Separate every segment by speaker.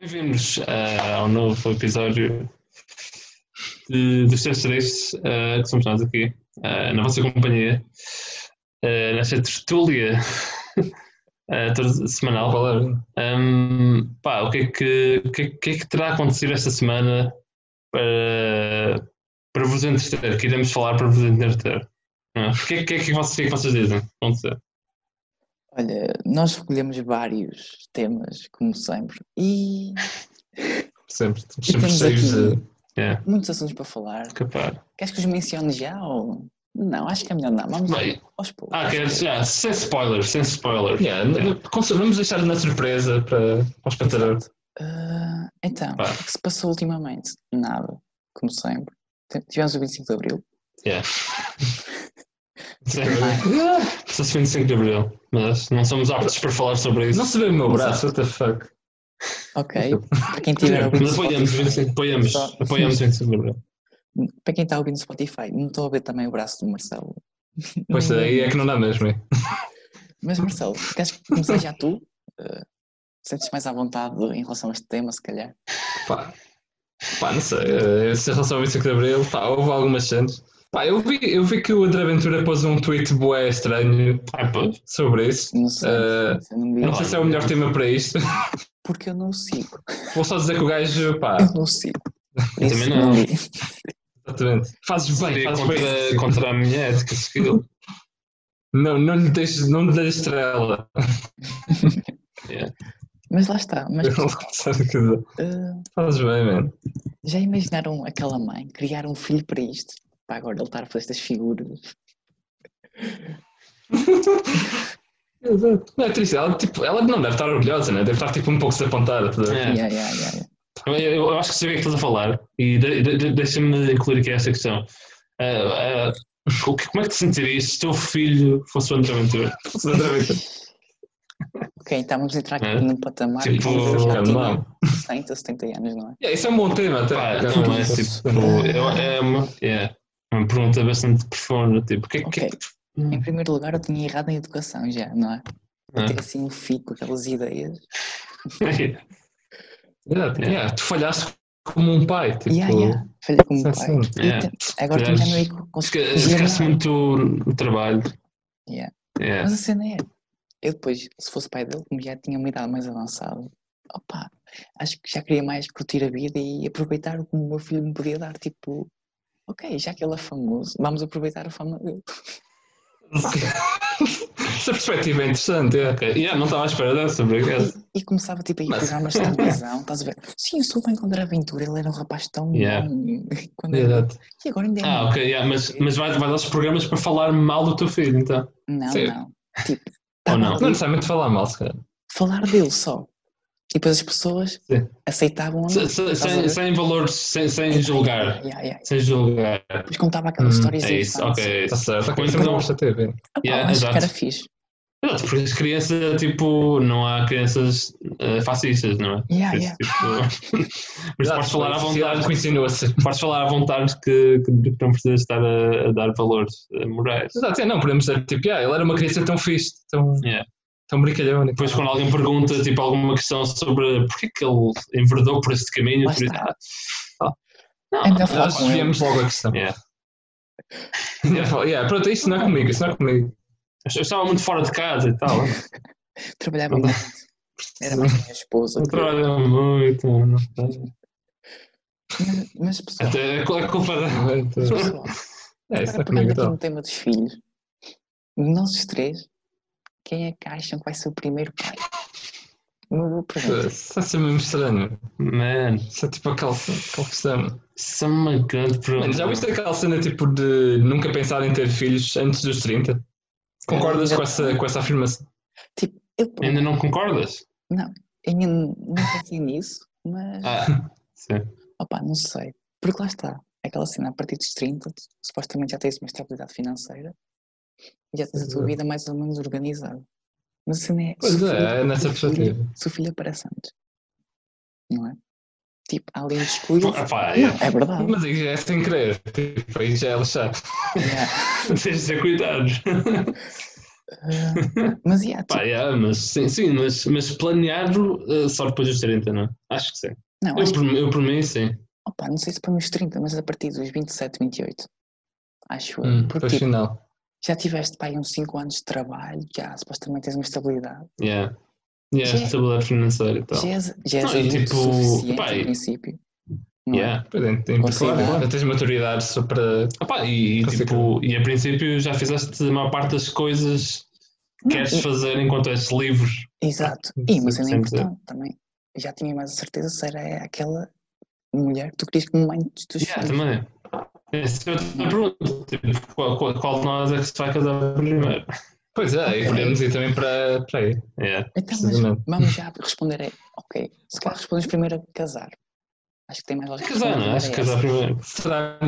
Speaker 1: bem-vindos ah, ao novo episódio de- dos Três Três, ah, que somos nós aqui, ah, na vossa companhia, ah, nesta tertúlia ah, toda- semanal. Ahm, pá, o que, é que, o que é- o que é que terá acontecido esta semana para, para vos entreter? Que iremos falar para vos entreter. Não é? O que, é- o que é que vocês, o que é que vocês dizem? Vamos dizer.
Speaker 2: Olha, nós escolhemos vários temas, como sempre, e
Speaker 1: Sempre,
Speaker 2: E
Speaker 1: sempre
Speaker 2: temos
Speaker 1: cheios
Speaker 2: aqui-
Speaker 1: de. É,
Speaker 2: muitos assuntos para falar.
Speaker 1: capaz.
Speaker 2: Queres que os mencione já ou... Não, acho que é melhor não. Vamos
Speaker 1: Bem,
Speaker 2: aos poucos.
Speaker 1: Ah, queres? já sem spoilers, sem spoilers.
Speaker 3: Yeah, n- n- com- Vamos deixar na surpresa para, para os espectadores.
Speaker 2: Ah, então,
Speaker 1: Pá.
Speaker 2: o que se passou ultimamente? Nada, como sempre. T- Tivemos o 25 de Abril.
Speaker 1: Sim.
Speaker 3: Ah,
Speaker 1: Só se 25 de Abril, mas não somos aptos para falar sobre isso.
Speaker 3: Não se vê o meu braço, what the fuck.
Speaker 2: Ok, para quem tiver ouvido
Speaker 1: mas apoiamos, 25, apoiamos,
Speaker 2: Só-
Speaker 1: apoiamos 25 de Abril.
Speaker 2: Para quem está ouvindo no Spotify, não estou a ver também o braço do Marcelo.
Speaker 3: Pois
Speaker 2: Não-
Speaker 3: é, aí é que não dá mesmo. é.
Speaker 2: Mas Marcelo, queres que comece já tu? Eh, sentes mais à vontade em relação a este tema, se calhar?
Speaker 3: Pá, pá não sei. eh, se Em relação ao 25 de Abril, pá, houve algumas cenas. Pá, eu vi, eu vi que o André Ventura pôs um tweet bué estranho
Speaker 1: Ah, pois.
Speaker 3: sobre isso.
Speaker 2: Não sei.
Speaker 3: Eh,
Speaker 2: eu não
Speaker 3: Não
Speaker 2: digo,
Speaker 3: sei se é o melhor tema para isto.
Speaker 2: porque eu não o sigo.
Speaker 3: Vou só dizer que o gajo, pá,
Speaker 2: Eu não o sigo.
Speaker 1: Ah. Eu
Speaker 2: Isso
Speaker 1: também não.
Speaker 2: digo.
Speaker 3: exatamente. Fazes bem,
Speaker 1: Seria
Speaker 3: fazes
Speaker 1: contra,
Speaker 3: bem.
Speaker 1: contra a minha ética, skill.
Speaker 3: Não, não lhe deixes, não lhe deixes estrela.
Speaker 2: Mas lá está. Mas,
Speaker 3: Sabe o que dizer?
Speaker 2: eh,
Speaker 3: Fazes bem, mano.
Speaker 2: já imaginaram aquela mãe criar um filho para isto? Para agora ele estar a fazer estas figuras.
Speaker 3: Exato. Não é triste, ela, tipo, ela não deve estar orgulhosa, né? deve estar tipo, um pouco desapontada. tá a ver?
Speaker 1: É.
Speaker 2: Yeah, yeah, yeah, yeah.
Speaker 1: Eu, eu- eu acho que sei o que é que estás a falar e de, de- de- deixa-me incluir aqui esta questão. Ah, ah, o que- como é que te sentirias se teu filho fosse o André Ventura?
Speaker 3: Fosse outra vez.
Speaker 2: Ok, então vamos entrar aqui
Speaker 1: É.
Speaker 2: num patamar
Speaker 1: Tipo,
Speaker 2: que ele já
Speaker 3: cara,
Speaker 2: tinha
Speaker 3: não.
Speaker 2: 60, 70 anos, não é?
Speaker 3: Yeah, isso é um bom tema, até.
Speaker 1: Pá,
Speaker 3: cara.
Speaker 1: não é tipo. eu- É uma, é uma pergunta bastante profunda. Tipo, o que é que.
Speaker 2: Ok. Em primeiro lugar, eu tinha errado em educação já, não é?
Speaker 1: Ah.
Speaker 2: Ter assim um filho com aquelas ideias.
Speaker 3: é. Exato,
Speaker 1: é.
Speaker 3: yeah, Tu falhaste como um pai. Tipo,
Speaker 2: Yeah, yeah. Falhei como
Speaker 3: isso é
Speaker 2: pai.
Speaker 3: assim.
Speaker 2: Eu
Speaker 1: Yeah.
Speaker 2: te- Agora é tenho
Speaker 1: Mas-
Speaker 2: ano aí com
Speaker 1: Esque- Esquece muito o trabalho.
Speaker 2: Yeah.
Speaker 1: É.
Speaker 2: Mas a cena é, eu depois, se fosse pai dele, como já tinha uma idade mais avançada, opa, acho que já queria mais curtir a vida e aproveitar o que o meu filho me podia dar, tipo, ok, já que ele é famoso, vamos aproveitar a fama dele.
Speaker 3: Essa perspectiva é interessante. Yeah.
Speaker 1: Ok. Yeah, não estava à espera dessa, por acaso.
Speaker 2: E, e começava tipo aí
Speaker 3: Mas-
Speaker 2: programas de televisão, estás a ver? Sim, eu sou bem contra a aventura, ele era um rapaz tão
Speaker 1: Yeah.
Speaker 2: bom quando era-
Speaker 3: Exato.
Speaker 2: E agora ainda é
Speaker 1: Ah,
Speaker 2: mau.
Speaker 1: ok, yeah, mas, mas vai, vai dar os programas para falar mal do teu filho, então.
Speaker 2: Não,
Speaker 3: Sim.
Speaker 2: não. Tipo,
Speaker 1: Ou não?
Speaker 3: Não necessariamente falar mal, se calhar.
Speaker 2: falar dele só. E depois as pessoas
Speaker 3: Sim.
Speaker 2: aceitavam ou não.
Speaker 1: Se- se-
Speaker 2: Estás a
Speaker 1: Sem,
Speaker 2: ver?
Speaker 1: sem valores, sem, sem julgar.
Speaker 2: Yeah, yeah.
Speaker 1: Sem julgar.
Speaker 2: Depois contava aquelas
Speaker 3: Hum,
Speaker 2: histórias
Speaker 1: É
Speaker 2: de
Speaker 1: isso,
Speaker 2: infância.
Speaker 1: ok.
Speaker 3: Está certo. Ok,
Speaker 1: Mas
Speaker 3: isso é
Speaker 1: não-
Speaker 3: uma perspectiva. yeah.
Speaker 2: Opa,
Speaker 1: Yeah,
Speaker 2: acho que era
Speaker 1: exato.
Speaker 2: fixe.
Speaker 1: Exato, porque as crianças, tipo, não há crianças eh, fascistas, não é?
Speaker 2: Yeah,
Speaker 1: Por isso,
Speaker 2: yeah.
Speaker 1: tipo, mas podes falar à
Speaker 3: A sociedade
Speaker 1: vontade.
Speaker 3: continua-se.
Speaker 1: Podes falar à vontade que, que que não precisas estar a, a dar valores eh, morais.
Speaker 3: Exato, é, não, podemos dizer, tipo, yeah, ele era uma criança tão fixe, tão,
Speaker 1: Yeah.
Speaker 3: tão brincalhona.
Speaker 1: Depois, quando alguém pergunta tipo, alguma questão sobre porquê que ele enverdou por este caminho,
Speaker 2: Lá
Speaker 1: tu dizes,
Speaker 2: está.
Speaker 1: "Ah, não,
Speaker 2: É melhor falar
Speaker 3: Nós
Speaker 2: com ele.
Speaker 3: desviamos logo a questão.
Speaker 1: Yeah.
Speaker 3: Yeah, yeah, pronto, isso não é comigo, isso não é comigo.
Speaker 1: eu estava muito fora de casa e tal.
Speaker 2: Trabalhava muito. Era mais a minha esposa.
Speaker 1: Eu trabalho muito. não sei."
Speaker 2: Mas, mas pessoal,
Speaker 1: Até qual é a culpa da.
Speaker 2: mas,
Speaker 3: É,
Speaker 2: pessoal,
Speaker 3: isso não
Speaker 2: agora
Speaker 3: é comigo,
Speaker 2: pegando aqui
Speaker 3: então.
Speaker 2: no tema dos filhos, de nós três, quem é que acham que vai ser o primeiro pai? Uma boa pergunta.
Speaker 3: Isso é ser mesmo estranho.
Speaker 1: Mano,
Speaker 3: Isso é tipo aquela aquela questão.
Speaker 1: isso é uma grande
Speaker 3: Mano,
Speaker 1: pergunta.
Speaker 3: já viste aquela cena tipo de nunca pensar em ter filhos antes dos 30? Concordas com essa, com essa afirmação?
Speaker 2: Eu
Speaker 1: Ainda não concordas?
Speaker 2: ainda não pensei nisso, mas
Speaker 1: Ah, sim.
Speaker 2: opa, não sei. Porque lá está, É aquela cena a partir dos 30, tu supostamente já tens uma estabilidade financeira e já tens a tua
Speaker 3: Exato.
Speaker 2: vida mais ou menos organizada. Mas a cena é.
Speaker 3: Pois
Speaker 2: se o filho-
Speaker 3: é, é nessa
Speaker 2: o filho-
Speaker 3: perspectiva.
Speaker 2: se o filho aparece antes. Não é? Tipo, há ali um descuido.
Speaker 1: Ah, pá,
Speaker 2: Não,
Speaker 1: é.
Speaker 2: é verdade.
Speaker 3: Mas aí já é sem querer. Tipo, aí já é lixado.
Speaker 2: yeah.
Speaker 1: Tens de ter cuidado.
Speaker 2: Ah, mas yeah,
Speaker 1: Pá,
Speaker 2: tipo,
Speaker 1: yeah, mas, sim, sim, mas, mas planeado eh, só depois dos 30, não é? Acho que sim.
Speaker 2: Não, acho
Speaker 1: Eu,
Speaker 2: que,
Speaker 1: por, eu por mim, sim.
Speaker 2: opa, não sei se para mim os 30, mas a partir dos 27, 28. Acho eu.
Speaker 3: Hum,
Speaker 2: Porque
Speaker 3: pois
Speaker 2: tipo,
Speaker 3: final.
Speaker 2: já tiveste pá, aí uns 5 anos de trabalho, já supostamente tens uma estabilidade.
Speaker 1: Yeah. Yeah,
Speaker 2: Sim.
Speaker 1: estabilidade financeira e tal.
Speaker 2: Já és, já és
Speaker 1: Não, Então. e,
Speaker 2: adulto
Speaker 1: tipo,
Speaker 2: é suficiente
Speaker 1: pá,
Speaker 2: em
Speaker 1: e-
Speaker 2: princípio. não é?
Speaker 1: Yeah.
Speaker 3: Pois é, tem-
Speaker 2: Consigo,
Speaker 3: claro,
Speaker 2: não é?
Speaker 3: já tens maturidade só para.
Speaker 1: Opá, e, e,
Speaker 3: Consigo.
Speaker 1: tipo, e a princípio já fizeste a maior parte das coisas que
Speaker 2: Não,
Speaker 1: queres
Speaker 2: e-
Speaker 1: fazer enquanto és livre.
Speaker 2: Exato.
Speaker 1: Não
Speaker 2: E
Speaker 1: sei
Speaker 2: uma
Speaker 1: o que
Speaker 2: cena
Speaker 1: sem dizer.
Speaker 2: importante também. Eu já tinha mais a certeza se era aquela mulher que tu querias como mãe dos teus
Speaker 1: Yeah,
Speaker 2: filhos.
Speaker 1: também. Essa é outra pergunta. Tipo, qual, qual, qual de nós é que se vai casar primeiro?
Speaker 3: Pois é, e podemos ir também para, para aí.
Speaker 1: Yeah.
Speaker 2: Então, mas
Speaker 3: precisamente.
Speaker 2: vamos já responder a. Ok, se calhar respondes primeiro a casar. Acho que tem mais lógica.
Speaker 1: Casar, não? é?
Speaker 2: responder
Speaker 1: Acho que
Speaker 2: primeiro
Speaker 1: casar primeiro.
Speaker 3: Será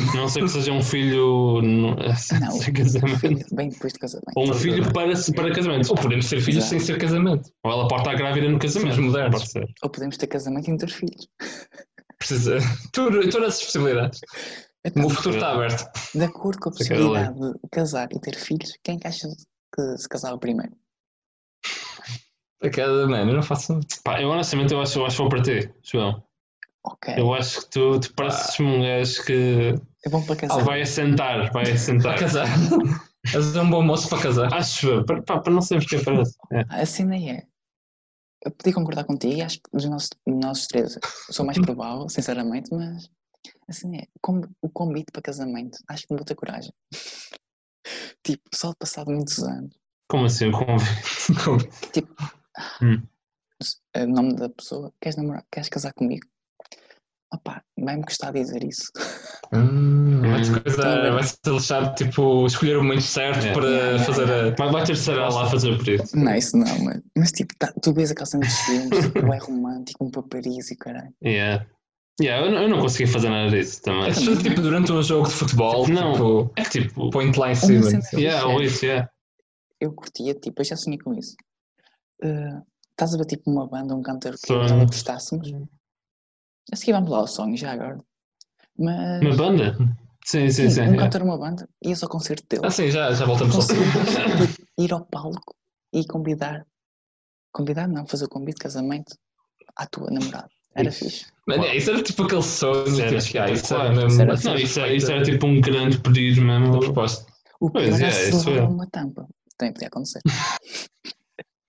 Speaker 3: melhor?
Speaker 1: Não sei que seja um filho não,
Speaker 2: Não.
Speaker 1: sem
Speaker 2: a essa.
Speaker 1: casamento.
Speaker 2: Filho, Bem depois de casamento.
Speaker 1: Ou um filho para, para casamento.
Speaker 3: Ou podemos ter filhos
Speaker 2: Exato.
Speaker 3: sem ser casamento.
Speaker 1: Ou ela porta a grávida no casamento.
Speaker 3: Somos modernos.
Speaker 1: Pode ser.
Speaker 2: Ou podemos ter casamento entre os filhos.
Speaker 3: Precisa. Tudo- Todas as possibilidades.
Speaker 2: Então,
Speaker 3: O futuro está aberto.
Speaker 2: de acordo com a
Speaker 1: Isso é que era
Speaker 2: possibilidade de casar e ter filhos, quem é que achas que se casava primeiro?
Speaker 3: A cada mano, eu não faço.
Speaker 1: Pá, eu honestamente eu acho, eu acho que vou para ti, João.
Speaker 2: Ok,
Speaker 1: Eu acho que tu, tu pareces-me um gajo que
Speaker 2: é bom
Speaker 1: Ah,
Speaker 2: para casar.
Speaker 1: vai assentar, vai
Speaker 3: Para
Speaker 1: assentar.
Speaker 3: casar. És um bom moço para casar.
Speaker 1: Acho eu, para, pá, para não sermos quem parece. É.
Speaker 2: A cena é. Eu podia concordar contigo e acho que dos nossos, nossos três sou mais provável, sinceramente, mas a cena é com- o convite para casamento, acho que me muita coragem. tipo, só de passado muitos anos,
Speaker 1: Como assim? Eu convido.
Speaker 2: o nome da pessoa, queres namorar, queres casar comigo? Opá, vai-me custar dizer isso.
Speaker 3: Hum,
Speaker 1: Hum.
Speaker 3: Vai-te coisa- vai-se deixar tipo, escolher o momento certo
Speaker 1: É.
Speaker 3: para
Speaker 2: Yeah,
Speaker 3: fazer
Speaker 2: yeah,
Speaker 3: a.
Speaker 1: Vai, vai ter será lá a fazer o perito.
Speaker 2: não, isso não, mas, mas tipo, tá- tu vês aquela cena dos filmes, tipo, é romântico, um para Paris e o caralho.
Speaker 1: Yeah. Yeah, eu, não- eu não consegui fazer nada disso também.
Speaker 3: É tudo, tipo durante um jogo de futebol,
Speaker 1: Não.
Speaker 3: tipo,
Speaker 1: É que tipo.
Speaker 3: põe-te lá em cima.
Speaker 2: cena-
Speaker 1: Yeah,
Speaker 3: é
Speaker 1: ou isso, yeah.
Speaker 2: Eu curtia, tipo, eu já sonhei com isso. Eh, estás a ver tipo uma banda, um cantor que
Speaker 1: Sonho.
Speaker 2: nós apostássemos? A seguir vamos lá ao sonho, já agora. Mas.
Speaker 1: Uma banda? Sim, sim,
Speaker 2: sim,
Speaker 1: sim.
Speaker 2: um
Speaker 1: yeah.
Speaker 2: cantor, uma banda, ia só ao concerto dele.
Speaker 3: Ah, sim, já, já voltamos ao
Speaker 2: Consigo ir ao palco e convidar. Convidar, não, fazer o convite de casamento à tua namorada. Era
Speaker 1: Isso.
Speaker 2: fixe.
Speaker 3: Mano, é, isso era tipo aquele sonho,
Speaker 1: Isso era
Speaker 3: tipo, ah, isso
Speaker 1: espetacular.
Speaker 3: era mesmo. assim,
Speaker 2: Isso era-
Speaker 1: Não, isso, era- isso
Speaker 3: a
Speaker 1: era tipo um grande pedido mesmo.
Speaker 3: proposta.
Speaker 2: O
Speaker 1: Pois
Speaker 2: pior
Speaker 1: é,
Speaker 2: era se
Speaker 1: isso
Speaker 2: levar
Speaker 1: é.
Speaker 2: uma tampa. Também podia acontecer.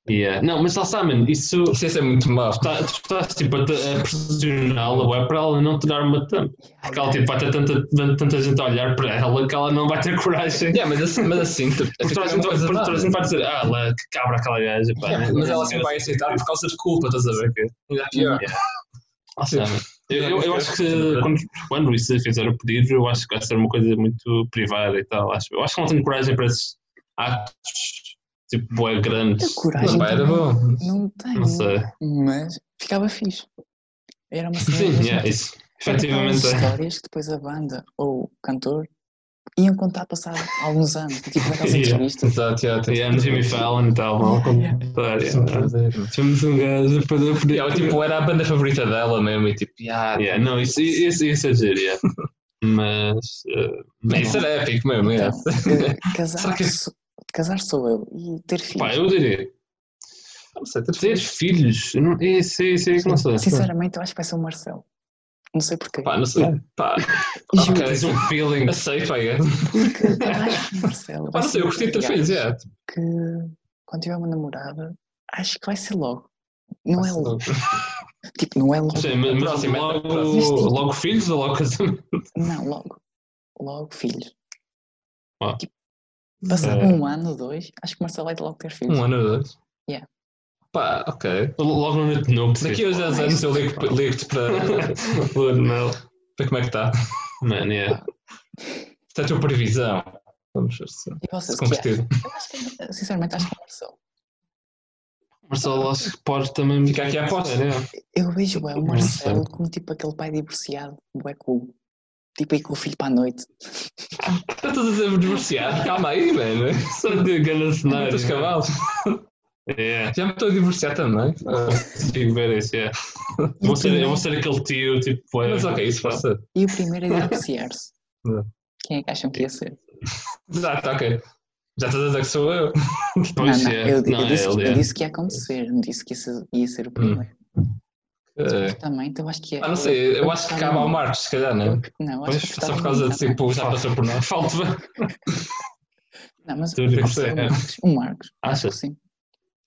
Speaker 1: Yeah. Não, mas lá está, mano, isso.
Speaker 3: tipo, Isso ia ser muito mau.
Speaker 1: Tá, tu estás tipo a, te- a pressioná-la ou é para ela não te dar uma tampa. Porque ela tipo, vai ter tanta, tanta- tanta gente a olhar para ela que ela não vai ter coragem.
Speaker 3: Yeah, mas assim, mas assim tipo, é
Speaker 1: Porque
Speaker 3: tipo
Speaker 1: toda a
Speaker 3: uma
Speaker 1: gente
Speaker 3: coisa
Speaker 1: porque toda a
Speaker 3: dada.
Speaker 1: gente vai dizer, ah, ela, que cabra aquela gaja. pá,
Speaker 3: Yeah,
Speaker 1: né?
Speaker 3: Mas ela sempre vai aceitar por causa de culpa, estás a ver? Ainda pior.
Speaker 1: Lá está, mano. assim, Eu, eu- eu acho que quando, quando o Issa fizer o pedido, eu acho que vai ser uma coisa muito privada e tal. Acho, eu acho que não tenho coragem para esses atos tipo bué
Speaker 2: Eu
Speaker 1: grandes.
Speaker 2: coragem
Speaker 3: Não, pá, era
Speaker 2: também
Speaker 3: bom.
Speaker 2: não tenho.
Speaker 1: Não sei.
Speaker 2: Mas ficava fixe. Era uma cena.
Speaker 1: Sim, é
Speaker 2: mesmo,
Speaker 1: yeah,
Speaker 2: tipo,
Speaker 1: isso.
Speaker 2: Eram aquelas
Speaker 1: Efetivamente. é.
Speaker 2: histórias que depois a banda ou o cantor iam contar passado alguns anos, tipo naquelas
Speaker 1: Yeah.
Speaker 2: entrevistas.
Speaker 3: Exato, yeah, tem-
Speaker 1: E a Jimmy Fallon e tal,
Speaker 3: Uhum.
Speaker 1: vão
Speaker 2: Yeah,
Speaker 1: contar.
Speaker 3: Sim,
Speaker 1: yeah.
Speaker 3: fazer.
Speaker 1: Temos um gajo a fazer o pedido.
Speaker 3: Yeah, tipo, era a banda favorita dela mesmo e tipo, yeah,
Speaker 1: Yeah, não, isso, isso, isso é giro, yeah. Mas. eh, não.
Speaker 3: Isso era épico mesmo,
Speaker 2: Então,
Speaker 3: yeah.
Speaker 2: eh, casar,
Speaker 3: é. Será que- é?
Speaker 2: sou, casar sou eu e ter filhos.
Speaker 1: Pá, eu diria.
Speaker 3: Não sei, tanto
Speaker 1: Ter
Speaker 3: fez.
Speaker 1: filhos? eu Não, isso, isso é que não sei.
Speaker 2: Sinceramente, eu acho que vai ser o Marcelo. Não sei porquê.
Speaker 3: Pá, não sei. Pá,
Speaker 2: Juro,
Speaker 3: ok.
Speaker 1: Tens um feeling.
Speaker 3: aceito, pá. é.
Speaker 2: porque eu acho que o Marcelo.
Speaker 3: Pá,
Speaker 2: vai
Speaker 3: não
Speaker 2: ser
Speaker 3: sei, eu gostei de ter
Speaker 2: aquele
Speaker 3: filhos, é, tipo,
Speaker 2: gajo
Speaker 3: yeah.
Speaker 2: Que quando tiver uma namorada, acho que vai ser logo. Não é logo.
Speaker 3: Sim,
Speaker 2: Tipo, não é logo.
Speaker 1: Sim, mas, mas
Speaker 3: Próximo,
Speaker 1: logo,
Speaker 3: próximo.
Speaker 1: logo filhos ou logo casamento?
Speaker 2: Não, logo. Logo filhos.
Speaker 1: Ah.
Speaker 2: Tipo, passado
Speaker 1: Eh.
Speaker 2: um ano, dois, acho que o Marcelo vai logo ter filhos.
Speaker 3: Um ano ou dois.
Speaker 2: Yeah.
Speaker 3: Pá, ok.
Speaker 1: Logo no noite de núpcias.
Speaker 3: Daqui a uns 10 anos eu ligo- ligo-te para,
Speaker 1: Lua de mel.
Speaker 3: para como é que está.
Speaker 1: Mano, yeah.
Speaker 3: Se é a tua previsão. Vamos ver se
Speaker 2: E vocês,
Speaker 3: se
Speaker 2: o que acham?
Speaker 3: convertir.
Speaker 2: Eu acho que- sinceramente, acho que o Marcelo.
Speaker 1: Marcelo, acho que pode também.
Speaker 3: Fica aqui à aposta.
Speaker 1: É, yeah.
Speaker 2: Eu vejo bué, o
Speaker 1: Não
Speaker 2: Marcelo como tipo aquele pai divorciado, bué cool. Tipo aí com o filho para a noite.
Speaker 3: Estás a dizer divorciado? Calma aí, mano.
Speaker 1: Só de grande cenário.
Speaker 3: Muitos cavalos.
Speaker 1: Yeah.
Speaker 3: Já me estou a divorciar também. Ah,
Speaker 1: Consigo ver isso, yeah. Eu vou, ser, eu vou ser aquele tio, tipo. é-
Speaker 3: Mas ok, isso pode ser.
Speaker 2: E o primeiro a divorciar-se.
Speaker 3: Não.
Speaker 2: Quem é que acham que ia ser?
Speaker 3: Exato, ok. Já estás a dizer que sou eu.
Speaker 1: Pois,
Speaker 2: não, não,
Speaker 1: yeah.
Speaker 2: eu, eu
Speaker 1: Não, é
Speaker 2: disse, que-
Speaker 1: ele,
Speaker 2: eu
Speaker 1: yeah.
Speaker 2: disse que ia acontecer, não disse que ia ser, ia ser o primeiro.
Speaker 3: É.
Speaker 2: Também, então acho que é.
Speaker 3: Ah, não sei, eu acho que cabe ao Marcos, se calhar, não é?
Speaker 2: Não, acho
Speaker 1: Pois,
Speaker 2: que
Speaker 1: só
Speaker 2: gostava
Speaker 3: Só por causa de
Speaker 2: muito, não.
Speaker 3: tipo, já passou por nós.
Speaker 1: Falta.
Speaker 2: Não, mas
Speaker 1: Tudo
Speaker 2: o Marcos,
Speaker 1: bem.
Speaker 2: o um Marcos, o Marcos, acho que
Speaker 1: Achas?
Speaker 2: sim.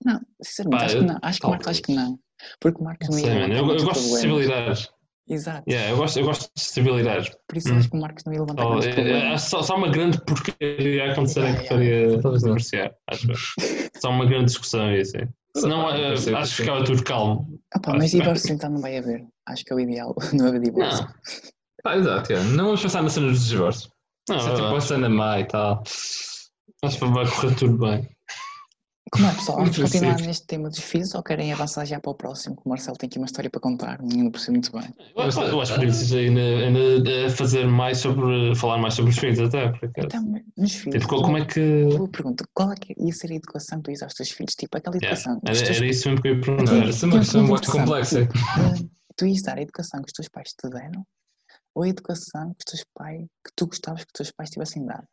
Speaker 2: Não, sinceramente,
Speaker 1: Pá,
Speaker 2: acho que
Speaker 1: eu-
Speaker 2: não. Acho que o Marcos, acho que não. Porque o Marcos não
Speaker 1: Sei,
Speaker 2: ia
Speaker 1: mano,
Speaker 2: levantar
Speaker 1: eu, eu
Speaker 2: muitos
Speaker 1: gosto de
Speaker 2: problemas.
Speaker 1: estabilidade.
Speaker 2: Exato.
Speaker 1: Yeah, eu, gosto, eu gosto de estabilidade.
Speaker 2: Por isso
Speaker 1: Hum.
Speaker 2: acho que o Marcos não ia levantar
Speaker 1: Só,
Speaker 2: muitos
Speaker 1: é- é-
Speaker 2: problemas.
Speaker 1: acho só, só uma grande porcaria a acontecer
Speaker 2: Yeah,
Speaker 1: é que faria
Speaker 3: Talvez não.
Speaker 1: divorciar, acho eu. Só uma grande discussão e assim. Senão,
Speaker 3: Ah,
Speaker 1: eh,
Speaker 3: eu sei, eu
Speaker 1: acho que
Speaker 3: sei.
Speaker 1: ficava tudo calmo.
Speaker 2: Ah, pá, mas divórcio então não vai haver. Acho que é o ideal. Não haver divórcio.
Speaker 3: Ah, exato, é. não vamos pensar na cena dos divórcios.
Speaker 1: Não,
Speaker 3: Isso é
Speaker 2: Ah.
Speaker 3: tipo
Speaker 1: eu
Speaker 3: a
Speaker 1: acho,
Speaker 3: cena má e tal.
Speaker 2: assim.
Speaker 1: acho que vai correr tudo bem.
Speaker 2: Como é, pessoal? Vamos
Speaker 3: Muito
Speaker 2: continuar
Speaker 3: sim.
Speaker 2: neste tema dos filhos ou querem avançar já para o próximo? Que o Marcelo tem aqui uma história para contar. Não percebo muito bem.
Speaker 1: Eu acho, eu acho que
Speaker 2: Ah,
Speaker 1: podemos ainda, ainda eh, fazer mais sobre. falar mais sobre os filhos, até, por acaso.
Speaker 2: Então, nos filhos.
Speaker 1: É. Tipo, como é que.
Speaker 2: Boa pergunta. Qual é que ia ser a educação que tu dizes aos teus filhos? Tipo, aquela
Speaker 1: Yeah,
Speaker 2: educação. que os
Speaker 1: Era,
Speaker 2: teus
Speaker 1: era isso mesmo que eu ia perguntar.
Speaker 3: Isso é uma questão muito
Speaker 2: interessante.
Speaker 3: complexa.
Speaker 2: Hum, tu ias dar a educação que os teus pais te deram ou a educação que os teus pais que tu gostavas que os teus pais tivessem dado?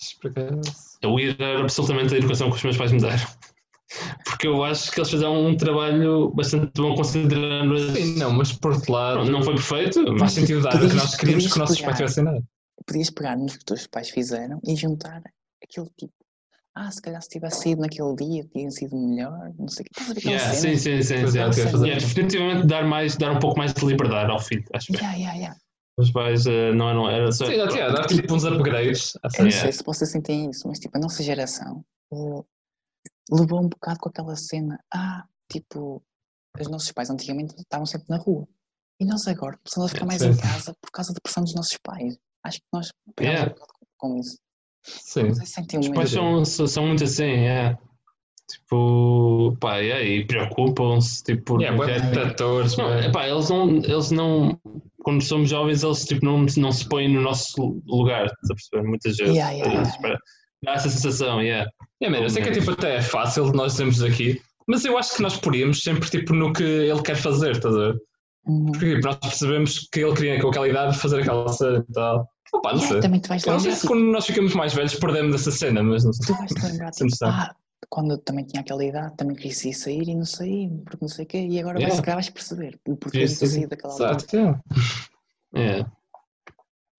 Speaker 3: Isto por acaso.
Speaker 1: Então, Eu ia dar absolutamente a educação que os meus pais me deram. Porque eu acho que eles fizeram um trabalho bastante bom considerando. as-
Speaker 3: Sim, não, mas por outro lado,
Speaker 1: Não foi perfeito,
Speaker 3: faz
Speaker 1: mas
Speaker 3: sentido dar o que nós queríamos que os nossos
Speaker 2: Podias
Speaker 3: pais tivessem dado.
Speaker 2: Podias pegar nos que os teus pais fizeram e juntar aquele tipo. Ah, se calhar se tivesse sido naquele dia tinha sido melhor, não sei o que. Estás a ver aquela
Speaker 1: Yeah, sim,
Speaker 2: cena?
Speaker 1: sim, sim.
Speaker 3: Pois
Speaker 1: sim.
Speaker 3: é,
Speaker 2: sim.
Speaker 1: Yeah, definitivamente dar, mais, dar um pouco mais de liberdade ao filho, acho que
Speaker 2: Yeah, yeah, yeah.
Speaker 1: Os pais eh, não eram. Era só,
Speaker 3: Sim, exato, é, dar tipo uns upgrades. à
Speaker 2: Eu
Speaker 3: cena.
Speaker 2: não
Speaker 1: Yeah.
Speaker 2: sei se vocês sentem isso, mas tipo, a nossa geração eh, levou um bocado com aquela cena. Ah, tipo, os nossos pais antigamente estavam sempre na rua. E nós agora começamos a ficar mais em
Speaker 3: Sim.
Speaker 2: casa por causa da pressão dos nossos pais. Acho que nós pegamos
Speaker 1: Yeah.
Speaker 2: um bocado com isso.
Speaker 3: Sim.
Speaker 2: Vocês sentem
Speaker 1: Os
Speaker 2: o
Speaker 1: pais
Speaker 2: mesmo?
Speaker 1: são, são são muito assim, é. Tipo, pá, yeah, e preocupam-se, tipo,
Speaker 3: É, bué é,
Speaker 1: querem-
Speaker 3: de tratores,
Speaker 1: Não,
Speaker 3: bué.
Speaker 1: epá, eles não, eles não, quando somos jovens, eles tipo, não, não se põem no nosso lugar, estás a perceber? Muitas vezes.
Speaker 2: Yeah, yeah,
Speaker 1: Eles,
Speaker 2: yeah.
Speaker 1: pá, Dá essa sensação, yeah.
Speaker 3: É, mano, eu sei que é tipo até fácil de nós dizermos aqui, mas eu acho que nós poríamos sempre tipo no que ele quer fazer, estás a ver?
Speaker 2: Uhum.
Speaker 3: Porque tipo, nós percebemos que ele queria com aquela idade fazer aquela cena e tal. Opa, não
Speaker 2: Yeah,
Speaker 3: sei.
Speaker 2: também
Speaker 1: é?
Speaker 2: tu vais
Speaker 3: Eu não sei
Speaker 2: lembrar,
Speaker 3: se
Speaker 2: tipo,
Speaker 3: quando nós ficamos mais velhos perdemos essa cena, mas não sei.
Speaker 2: tu vais te lembrar,
Speaker 3: Sim,
Speaker 2: tipo,
Speaker 3: sim.
Speaker 2: ah, quando eu também tinha aquela idade, também queria sair, sair e não saí, porque não sei o quê, e agora vais,
Speaker 1: Yeah.
Speaker 2: se calhar vais perceber o porquê de
Speaker 1: Isso,
Speaker 2: ter
Speaker 1: sim.
Speaker 2: saído daquela altura.
Speaker 3: Exato, é.
Speaker 1: É.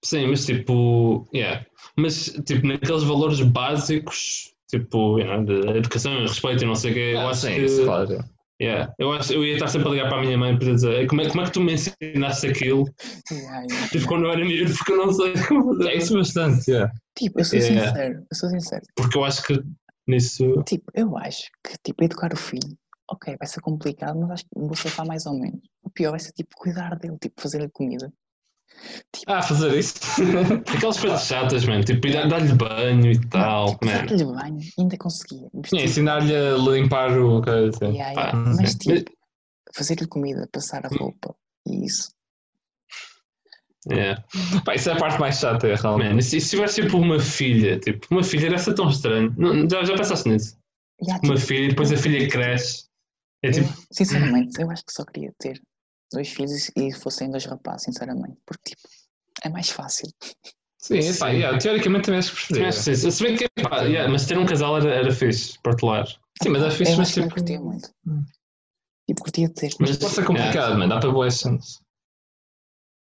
Speaker 1: Sim, mas tipo, yeah. Mas tipo, naqueles valores básicos, tipo, yeah, de educação, respeito e não sei o quê, eu
Speaker 3: Ah,
Speaker 1: acho
Speaker 3: sim,
Speaker 1: que.
Speaker 3: isso, claro. é.
Speaker 1: yeah, eu, acho, eu ia estar sempre a ligar para a minha mãe para dizer como é, como é que tu me ensinaste aquilo?
Speaker 2: Yeah, yeah,
Speaker 1: Tipo,
Speaker 2: yeah.
Speaker 1: quando eu era miúdo, porque eu não sei como fazer
Speaker 3: É
Speaker 1: isso.
Speaker 3: isso bastante, é.
Speaker 2: Tipo, eu sou
Speaker 1: Yeah.
Speaker 2: sincero, eu sou sincero.
Speaker 1: Porque eu acho que nisso.
Speaker 2: Tipo, eu acho que, tipo, educar o filho, ok, vai ser complicado, mas acho que vou safar mais ou menos. O pior vai ser, tipo, cuidar dele, tipo, fazer-lhe comida.
Speaker 3: Ah, fazer isso.
Speaker 1: Aquelas coisas chatas, mano, tipo, e dar- dar-lhe banho e tal,
Speaker 2: tipo,
Speaker 1: mano.
Speaker 2: dar-lhe banho, ainda conseguia. Mas,
Speaker 3: Sim,
Speaker 2: tipo,
Speaker 3: Ensinar-lhe a limpar o. coisa, assim.
Speaker 2: yeah,
Speaker 1: pá,
Speaker 2: yeah, mas,
Speaker 1: sim.
Speaker 2: tipo, fazer-lhe comida, passar a roupa e isso.
Speaker 1: Yeah.
Speaker 3: Pá, isso é a parte mais chata, é, realmente.
Speaker 1: Mano, e se, e se tivesse tipo uma filha, tipo, uma filha deve ser tão estranho. Não, já, já pensaste nisso?
Speaker 2: Yeah,
Speaker 1: Uma
Speaker 2: tipo,
Speaker 1: filha, depois a filha cresce. É tipo,
Speaker 2: eu, sinceramente, eu acho que só queria ter dois filhos e fossem dois rapazes, sinceramente. Porque, tipo, é mais fácil.
Speaker 3: Sim, é, pá,
Speaker 1: Sim.
Speaker 3: yeah, teoricamente também acho que preferia.
Speaker 1: tivesse isso. se bem que, pá, yeah, mas ter um casal era, era fixe, particular.
Speaker 3: Sim, mas é fixe,
Speaker 2: eu
Speaker 3: mas,
Speaker 2: acho que não
Speaker 3: tipo,
Speaker 2: curtia muito.
Speaker 3: hum.
Speaker 2: Tipo, curtia de ter.
Speaker 1: Mas
Speaker 3: Pode ser é complicado, mano. Dá para boas cenas.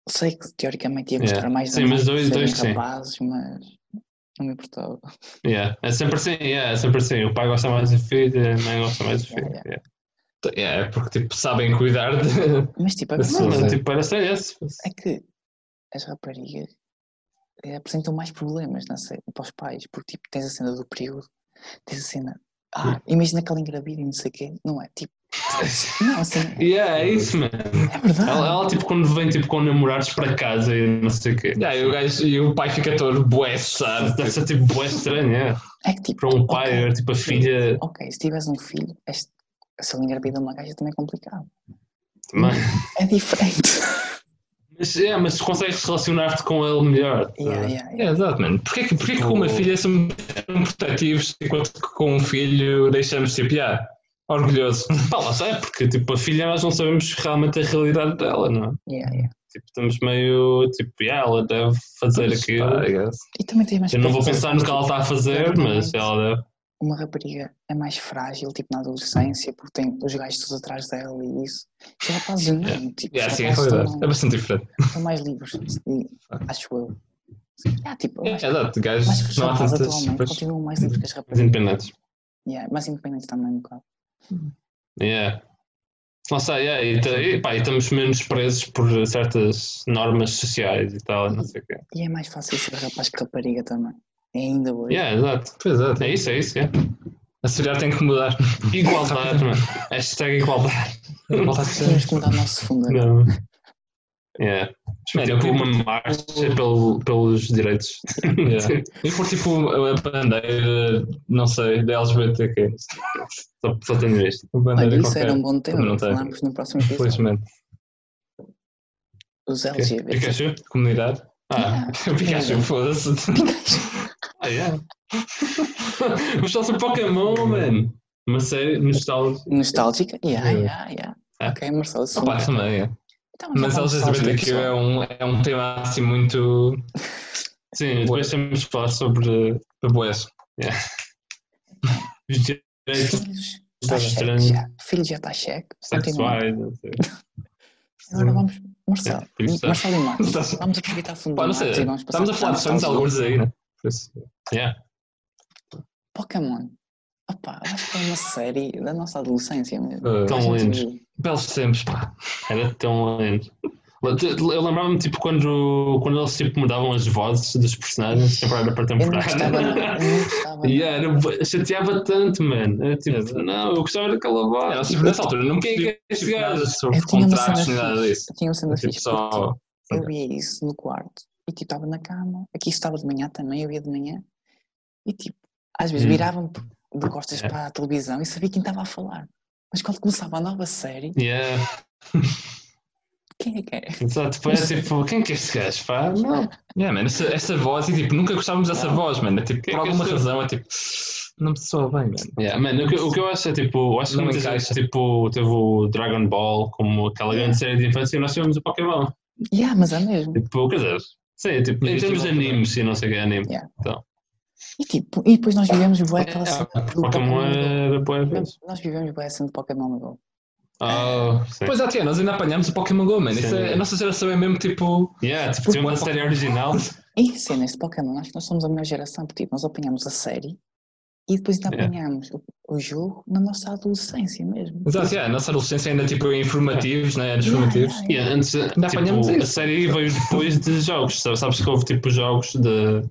Speaker 2: Sei que teoricamente ia
Speaker 1: Yeah.
Speaker 2: gostar mais
Speaker 1: Sim, mas
Speaker 2: de
Speaker 1: dois-
Speaker 2: serem
Speaker 1: dois, sim.
Speaker 2: rapazes, mas não me importava.
Speaker 1: Yeah. É sempre assim, yeah, é sempre assim. O pai gosta mais da filha, a mãe gosta mais do filho.
Speaker 2: Yeah,
Speaker 1: yeah.
Speaker 3: É, é porque tipo, sabem cuidar de.
Speaker 2: Mas tipo, a
Speaker 3: Mas
Speaker 2: verdade
Speaker 1: Não, mas,
Speaker 3: Sim.
Speaker 1: tipo, era ser esse.
Speaker 2: é que as raparigas eh, apresentam mais problemas não sei, para os pais, porque tipo, tens a cena do período, tens a cena. Ah, imagina que ela engravida e não sei o quê, não é? Tipo, não, assim,
Speaker 1: Yeah, é isso, mano.
Speaker 2: é verdade.
Speaker 1: Ela, ela, tipo, quando vem tipo, com namorados para casa e não sei o quê.
Speaker 3: Yeah, e, o gajo, e o pai fica todo bué, sabe?
Speaker 1: Deve ser tipo bué estranho, é.
Speaker 2: É que tipo,
Speaker 1: Para um pai,
Speaker 2: ok,
Speaker 1: era, tipo, a filha.
Speaker 2: ok, se tiveres um filho, és- se ele engravida uma gaja também é complicado.
Speaker 1: Mãe.
Speaker 2: É diferente.
Speaker 1: Mas, é, mas consegues relacionar-te com ele melhor. tá?
Speaker 2: yeah, yeah,
Speaker 3: É,
Speaker 2: yeah.
Speaker 3: exato, mano. Porquê, que- porquê que com uma filha somos tão protetivos enquanto que com um filho deixamos tipo, yeah, orgulhoso?
Speaker 1: Pá, lá está, é porque tipo, a filha nós não sabemos realmente a realidade dela, não é?
Speaker 2: yeah, yeah.
Speaker 1: Tipo, estamos meio tipo, yeah, ela deve fazer
Speaker 3: Mas,
Speaker 1: aquilo.
Speaker 3: pá, I guess.
Speaker 2: E também tens mais
Speaker 1: Eu não vou pensar
Speaker 2: preocupações,
Speaker 1: no que
Speaker 2: tipo,
Speaker 1: ela está a fazer, mas
Speaker 2: Exatamente.
Speaker 1: ela deve.
Speaker 2: uma rapariga é mais frágil, tipo, na adolescência, porque tem os gajos todos atrás dela e isso. Os rapazes não, tipo,
Speaker 3: Yeah,
Speaker 2: os
Speaker 3: sim, é
Speaker 2: rapazes
Speaker 3: realidade.
Speaker 2: estão-
Speaker 3: É bastante diferente.
Speaker 2: estão mais livres, e- acho eu. Ah, tipo, eu
Speaker 3: É,
Speaker 2: acho,
Speaker 3: é dado,
Speaker 2: eu acho que
Speaker 3: gajos
Speaker 2: os
Speaker 3: não há
Speaker 2: rapazes
Speaker 3: tantas.
Speaker 2: atualmente
Speaker 3: pois,
Speaker 2: continuam mais livres que as
Speaker 1: Os
Speaker 2: raparigas.
Speaker 1: independentes.
Speaker 2: Yeah, mais independentes também, um bocado.
Speaker 1: Yeah. Lá está, yeah,
Speaker 3: É
Speaker 1: e, ta- e, pá, e estamos menos presos por certas normas sociais e tal, não sei o quê.
Speaker 2: E é mais fácil ser rapaz que rapariga também. É ainda hoje.
Speaker 1: Yeah, exato.
Speaker 3: Pois é,
Speaker 1: É isso, é isso, yeah.
Speaker 3: a sociedade tem que mudar.
Speaker 1: Igualdade, mano. Hashtag igualdade.
Speaker 3: Volta a
Speaker 2: Tínhamos
Speaker 3: ser.
Speaker 2: que mudar o nosso fundo.
Speaker 1: Não. Yeah.
Speaker 3: Mano,
Speaker 1: Tipo
Speaker 3: eu-
Speaker 1: uma marcha pelo- pelos direitos.
Speaker 3: Yeah. E por tipo a a bandeira, não sei, da LGBTQ.
Speaker 1: Só, só tenho isto.
Speaker 3: Uma bandeira
Speaker 2: Olha, isso
Speaker 3: qualquer.
Speaker 2: era um bom
Speaker 3: Também
Speaker 2: tema
Speaker 3: não
Speaker 2: para
Speaker 3: tem.
Speaker 2: falarmos no próximo episódio.
Speaker 3: Felizmente.
Speaker 2: Os
Speaker 1: O quê?
Speaker 2: LGBT.
Speaker 1: Pikachu?
Speaker 3: Comunidade.
Speaker 1: Ah,
Speaker 3: Pikachu, foda-se.
Speaker 1: ah
Speaker 3: É.
Speaker 1: yeah.
Speaker 2: Ah,
Speaker 1: Mas só sobre
Speaker 3: Hum.
Speaker 1: Pokémon, mano. Uma
Speaker 3: é
Speaker 1: série nostálgica.
Speaker 2: Nostálgica? Yeah, yeah,
Speaker 3: Yeah.
Speaker 2: yeah.
Speaker 1: Ah.
Speaker 2: Ok, Marcelo, sim.
Speaker 3: é Opa, também é.
Speaker 2: Então, já
Speaker 3: Mas
Speaker 2: vamos
Speaker 3: LGBTQ
Speaker 2: falar
Speaker 3: é um, é um tema assim muito.
Speaker 1: Sim, depois temos de falar sobre
Speaker 3: para boas.
Speaker 1: os direitos
Speaker 2: sobre isso. Filhos, está cheque
Speaker 1: Estranho.
Speaker 2: já. Filhos já está cheque. Continua.
Speaker 1: sexuais, não sei.
Speaker 2: Agora vamos. Marcelo,
Speaker 1: É, filhos, está-
Speaker 2: Marcelo e Marcos,
Speaker 3: Está-
Speaker 2: vamos aproveitar fundo
Speaker 3: Pá,
Speaker 2: do
Speaker 3: não sei.
Speaker 2: Marcos e vamos passar
Speaker 3: Estamos a falar de
Speaker 2: para
Speaker 3: sonhos
Speaker 2: Marcelo.
Speaker 3: alguns aí, né? Por isso.
Speaker 1: Yeah.
Speaker 2: Pokémon. Opa, eu acho que é uma série da nossa adolescência mesmo.
Speaker 3: Uh,
Speaker 1: Tão
Speaker 2: A gente
Speaker 1: lindos.
Speaker 2: viu.
Speaker 3: belos tempos, pá.
Speaker 1: Era tão lindo. Eu lembrava-me tipo quando, quando eles tipo, mudavam as vozes dos personagens de temporada para
Speaker 2: Eu não gostava
Speaker 1: temporada.
Speaker 2: nada. Eu não gostava
Speaker 1: Yeah,
Speaker 2: nada.
Speaker 1: era bué- chateava tanto, mano. Era tipo, não, eu gostava daquela voz.
Speaker 3: Era tipo nessa altura, não
Speaker 1: Quem é que é este
Speaker 3: percebi nada
Speaker 1: gajo?
Speaker 3: sobre
Speaker 2: Eu tinha uma cena
Speaker 3: contratos nem nada
Speaker 2: fixe.
Speaker 3: disso.
Speaker 2: Eu tinha uma cena assim,
Speaker 3: Tipo,
Speaker 2: fixe.
Speaker 3: só.
Speaker 2: Eu via isso no quarto e tipo estava na cama. Aqui estava de manhã também, eu via de manhã. E tipo, às vezes
Speaker 1: Hum.
Speaker 2: viravam de costas
Speaker 1: É.
Speaker 2: para a televisão e sabia quem estava a falar. Mas quando começava a nova série,
Speaker 1: Yeah,
Speaker 2: quem é que era?
Speaker 1: exato. Depois era tipo, quem é que é este gajo? Pá, não.
Speaker 3: Yeah, man, essa, essa voz, e tipo, nunca gostávamos dessa
Speaker 2: Não.
Speaker 3: voz, mano. É, tipo,
Speaker 1: Que é
Speaker 3: por
Speaker 1: que
Speaker 3: alguma
Speaker 1: eu sou?
Speaker 3: razão, é tipo, não me soa bem, mano.
Speaker 1: Yeah, mano, o, que, o que eu acho é tipo, eu acho que
Speaker 3: Não
Speaker 1: muita gente
Speaker 3: encaixa.
Speaker 1: tipo, teve o Dragon Ball como aquela
Speaker 2: Yeah.
Speaker 1: grande série de infância e nós tivemos o Pokémon.
Speaker 2: Yeah, mas é mesmo.
Speaker 1: Tipo, quer dizer, sim, tipo, em
Speaker 3: Mas
Speaker 1: termos
Speaker 3: isso
Speaker 1: de
Speaker 3: é bom
Speaker 1: animes e não sei o que é anime.
Speaker 2: E tipo, e depois nós vivemos bué aquela
Speaker 1: É,
Speaker 2: cena do
Speaker 1: Pokémon
Speaker 2: Pokémon
Speaker 3: é
Speaker 2: Go.
Speaker 1: era boa vez.
Speaker 2: Nós vivemos bué a cena do Pokémon Go.
Speaker 1: Oh, sim.
Speaker 3: Pois é, tia, nós ainda apanhámos o Pokémon Go, man. Isso
Speaker 1: Sim.
Speaker 3: é, a nossa geração é mesmo tipo.
Speaker 1: Yeah, tipo, tinha uma
Speaker 3: Pokémon.
Speaker 1: série original.
Speaker 2: E cenas de Pokémon, acho que nós somos a melhor geração, porque tipo, nós apanhámos a série e depois ainda
Speaker 1: Yeah.
Speaker 2: apanhámos o, o jogo na nossa adolescência mesmo.
Speaker 3: Exato, yeah, a nossa adolescência ainda tipo informativos, né? Nos
Speaker 2: Yeah,
Speaker 3: formativos.
Speaker 2: yeah, yeah.
Speaker 1: Yeah, antes,
Speaker 3: apanhamos
Speaker 1: tipo, a
Speaker 3: isso.
Speaker 1: série veio depois de jogos. Sabes, sabes que houve tipo jogos da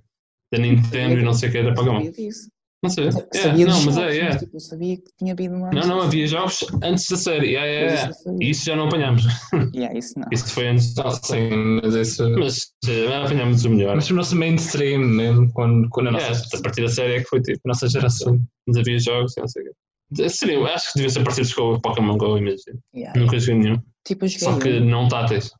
Speaker 1: da Nintendo e não sei o que era Pokémon.
Speaker 2: Sabia disso.
Speaker 1: Não sei.
Speaker 2: Sa-
Speaker 1: Yeah,
Speaker 2: Sabia
Speaker 1: não,
Speaker 2: dos
Speaker 1: mas
Speaker 2: jogos,
Speaker 1: é, yeah.
Speaker 2: tipo, eu sabia que tinha havido uma.
Speaker 1: Não, não, havia jogos antes da série. Yeah, yeah, yeah. E isso já não apanhámos.
Speaker 2: Yeah, isso não.
Speaker 1: Isso foi antes.
Speaker 3: Não, sim, assim, mas isso.
Speaker 1: Mas eh, apanhámos o melhor.
Speaker 3: Mas o nosso mainstream mesmo, quando, quando a, nossa,
Speaker 1: Yeah, a partir da série é que foi tipo.
Speaker 3: a nossa geração.
Speaker 1: Mas havia jogos e não sei o que. Seria, acho que devia ser partidos com o Pokémon Go, imagino.
Speaker 2: Yeah.
Speaker 1: Nunca joguei nenhum.
Speaker 2: Tipo, eu joguei.
Speaker 1: Só que não táteis.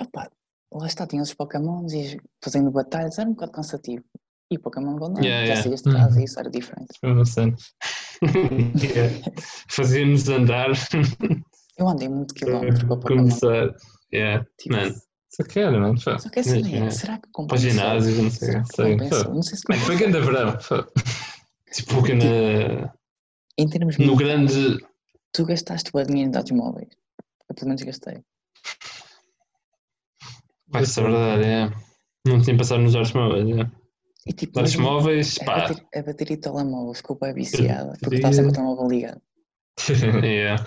Speaker 2: Opa, lá está, tinha os Pokémons e fazendo batalhas, era um bocado cansativo. E Pokémon Go não,
Speaker 1: Yeah, Uhum.
Speaker 2: já
Speaker 1: yeah.
Speaker 2: saías de casa e isso era diferente.
Speaker 3: Eu não sei.
Speaker 1: Yeah. Fazia-nos andar
Speaker 2: Eu andei muito quilómetro
Speaker 1: para
Speaker 2: com o Pokémon.
Speaker 1: começar. Yeah.
Speaker 2: Tipo,
Speaker 1: mano.
Speaker 3: Só que era, mano. Foi.
Speaker 2: Só que assim,
Speaker 1: Yeah.
Speaker 2: será que
Speaker 1: Para
Speaker 2: compensa?
Speaker 1: ginásios, não sei.
Speaker 2: Será que
Speaker 3: Sim,
Speaker 2: compensa?
Speaker 3: pô.
Speaker 2: Não sei se
Speaker 3: Mano, foi grande verão. Foi.
Speaker 1: Tipo, que na-
Speaker 2: Em termos
Speaker 1: no
Speaker 2: de-
Speaker 1: grande.
Speaker 2: tu gastaste o dinheiro de dados móveis. Eu pelo menos gastei.
Speaker 1: Vai ser verdade, é. Não tinha passado nos artes móveis. É.
Speaker 2: E tipo,
Speaker 1: Os artes
Speaker 2: mesmo
Speaker 1: móveis,
Speaker 2: a
Speaker 1: pá.
Speaker 2: bater- a bateria do telemóvel ficou bem viciada porque está sempre o telemóvel ligado.
Speaker 1: Yeah.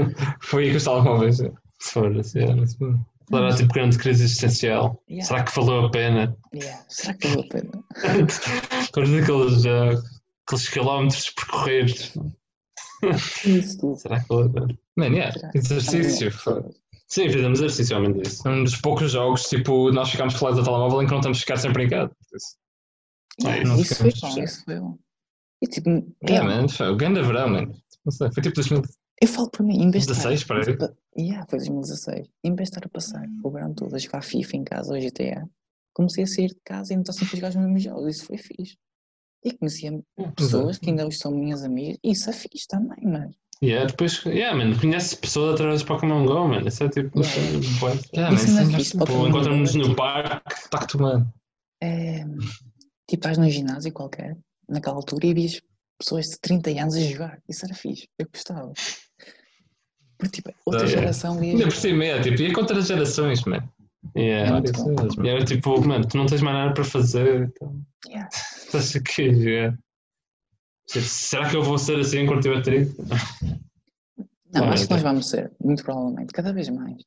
Speaker 3: Foi aí que eu estava com vez. É, hum.
Speaker 1: Foda-se. Yeah. Claro, era tipo grande crise existencial.
Speaker 2: Yeah.
Speaker 1: Será que valeu a pena?
Speaker 2: Yeah, Será que valeu a pena?
Speaker 1: Todos aqueles, eh, aqueles quilómetros percorridos.
Speaker 2: Isso tudo.
Speaker 1: Será que valeu a pena?
Speaker 3: Mano, yeah. Exercício.
Speaker 2: é.
Speaker 3: Foi.
Speaker 1: Sim, fizemos exercício ao menos isso.
Speaker 3: É um dos poucos jogos, tipo, nós ficámos colados ao telemóvel em que não estamos a ficar sempre em casa.
Speaker 1: Ah,
Speaker 2: Yeah,
Speaker 3: não É, né?
Speaker 2: isso foi
Speaker 3: ficamos
Speaker 2: bom, isso foi bom. E tipo,
Speaker 3: Yeah,
Speaker 2: eu,
Speaker 3: mano. Foi o grande verão, mano. Não sei. Foi tipo 2016,
Speaker 2: eu falo para mim, em vez de estar-
Speaker 3: para aí.
Speaker 2: pa- Yeah, foi 2016. Em vez de estar a passar o verão todo a jogar FIFA em casa ou GTA, comecei a sair de casa e não estar sempre a jogar os mesmos jogos. Isso foi fixe. E conhecia pessoas que ainda hoje são minhas amigas. e Isso é fixe também, mas.
Speaker 1: Yeah, depois, yeah, mano, conhece pessoas através de Pokémon Go, mano. Isso é tipo.
Speaker 2: Yeah.
Speaker 1: bué.
Speaker 3: Yeah,
Speaker 2: Isso
Speaker 3: mano,
Speaker 2: não é fixe, Pokémon
Speaker 3: isso é um gajo,
Speaker 1: Ou
Speaker 3: tipo, enquanto
Speaker 1: encontramos-nos no parque.
Speaker 3: contacto humano.
Speaker 2: Eh, É, tipo, estás num ginásio qualquer, naquela altura, e vias pessoas de 30 anos a jogar. Isso era fixe, eu gostava. Porque tipo, outra
Speaker 1: Ah, é.
Speaker 2: geração ia.
Speaker 3: Ainda por cima é, tipo, e contra as gerações, mano.
Speaker 1: Yeah.
Speaker 2: É Muito bom.
Speaker 1: E era tipo, mano, tu não tens mais nada para fazer, então.
Speaker 2: Yeah.
Speaker 1: Estás aqui a jogar. Tipo, Será que eu vou ser assim quando tiver 30?
Speaker 2: Não,
Speaker 1: Ah,
Speaker 2: acho que
Speaker 1: ok.
Speaker 2: nós vamos ser, muito provavelmente, cada vez mais.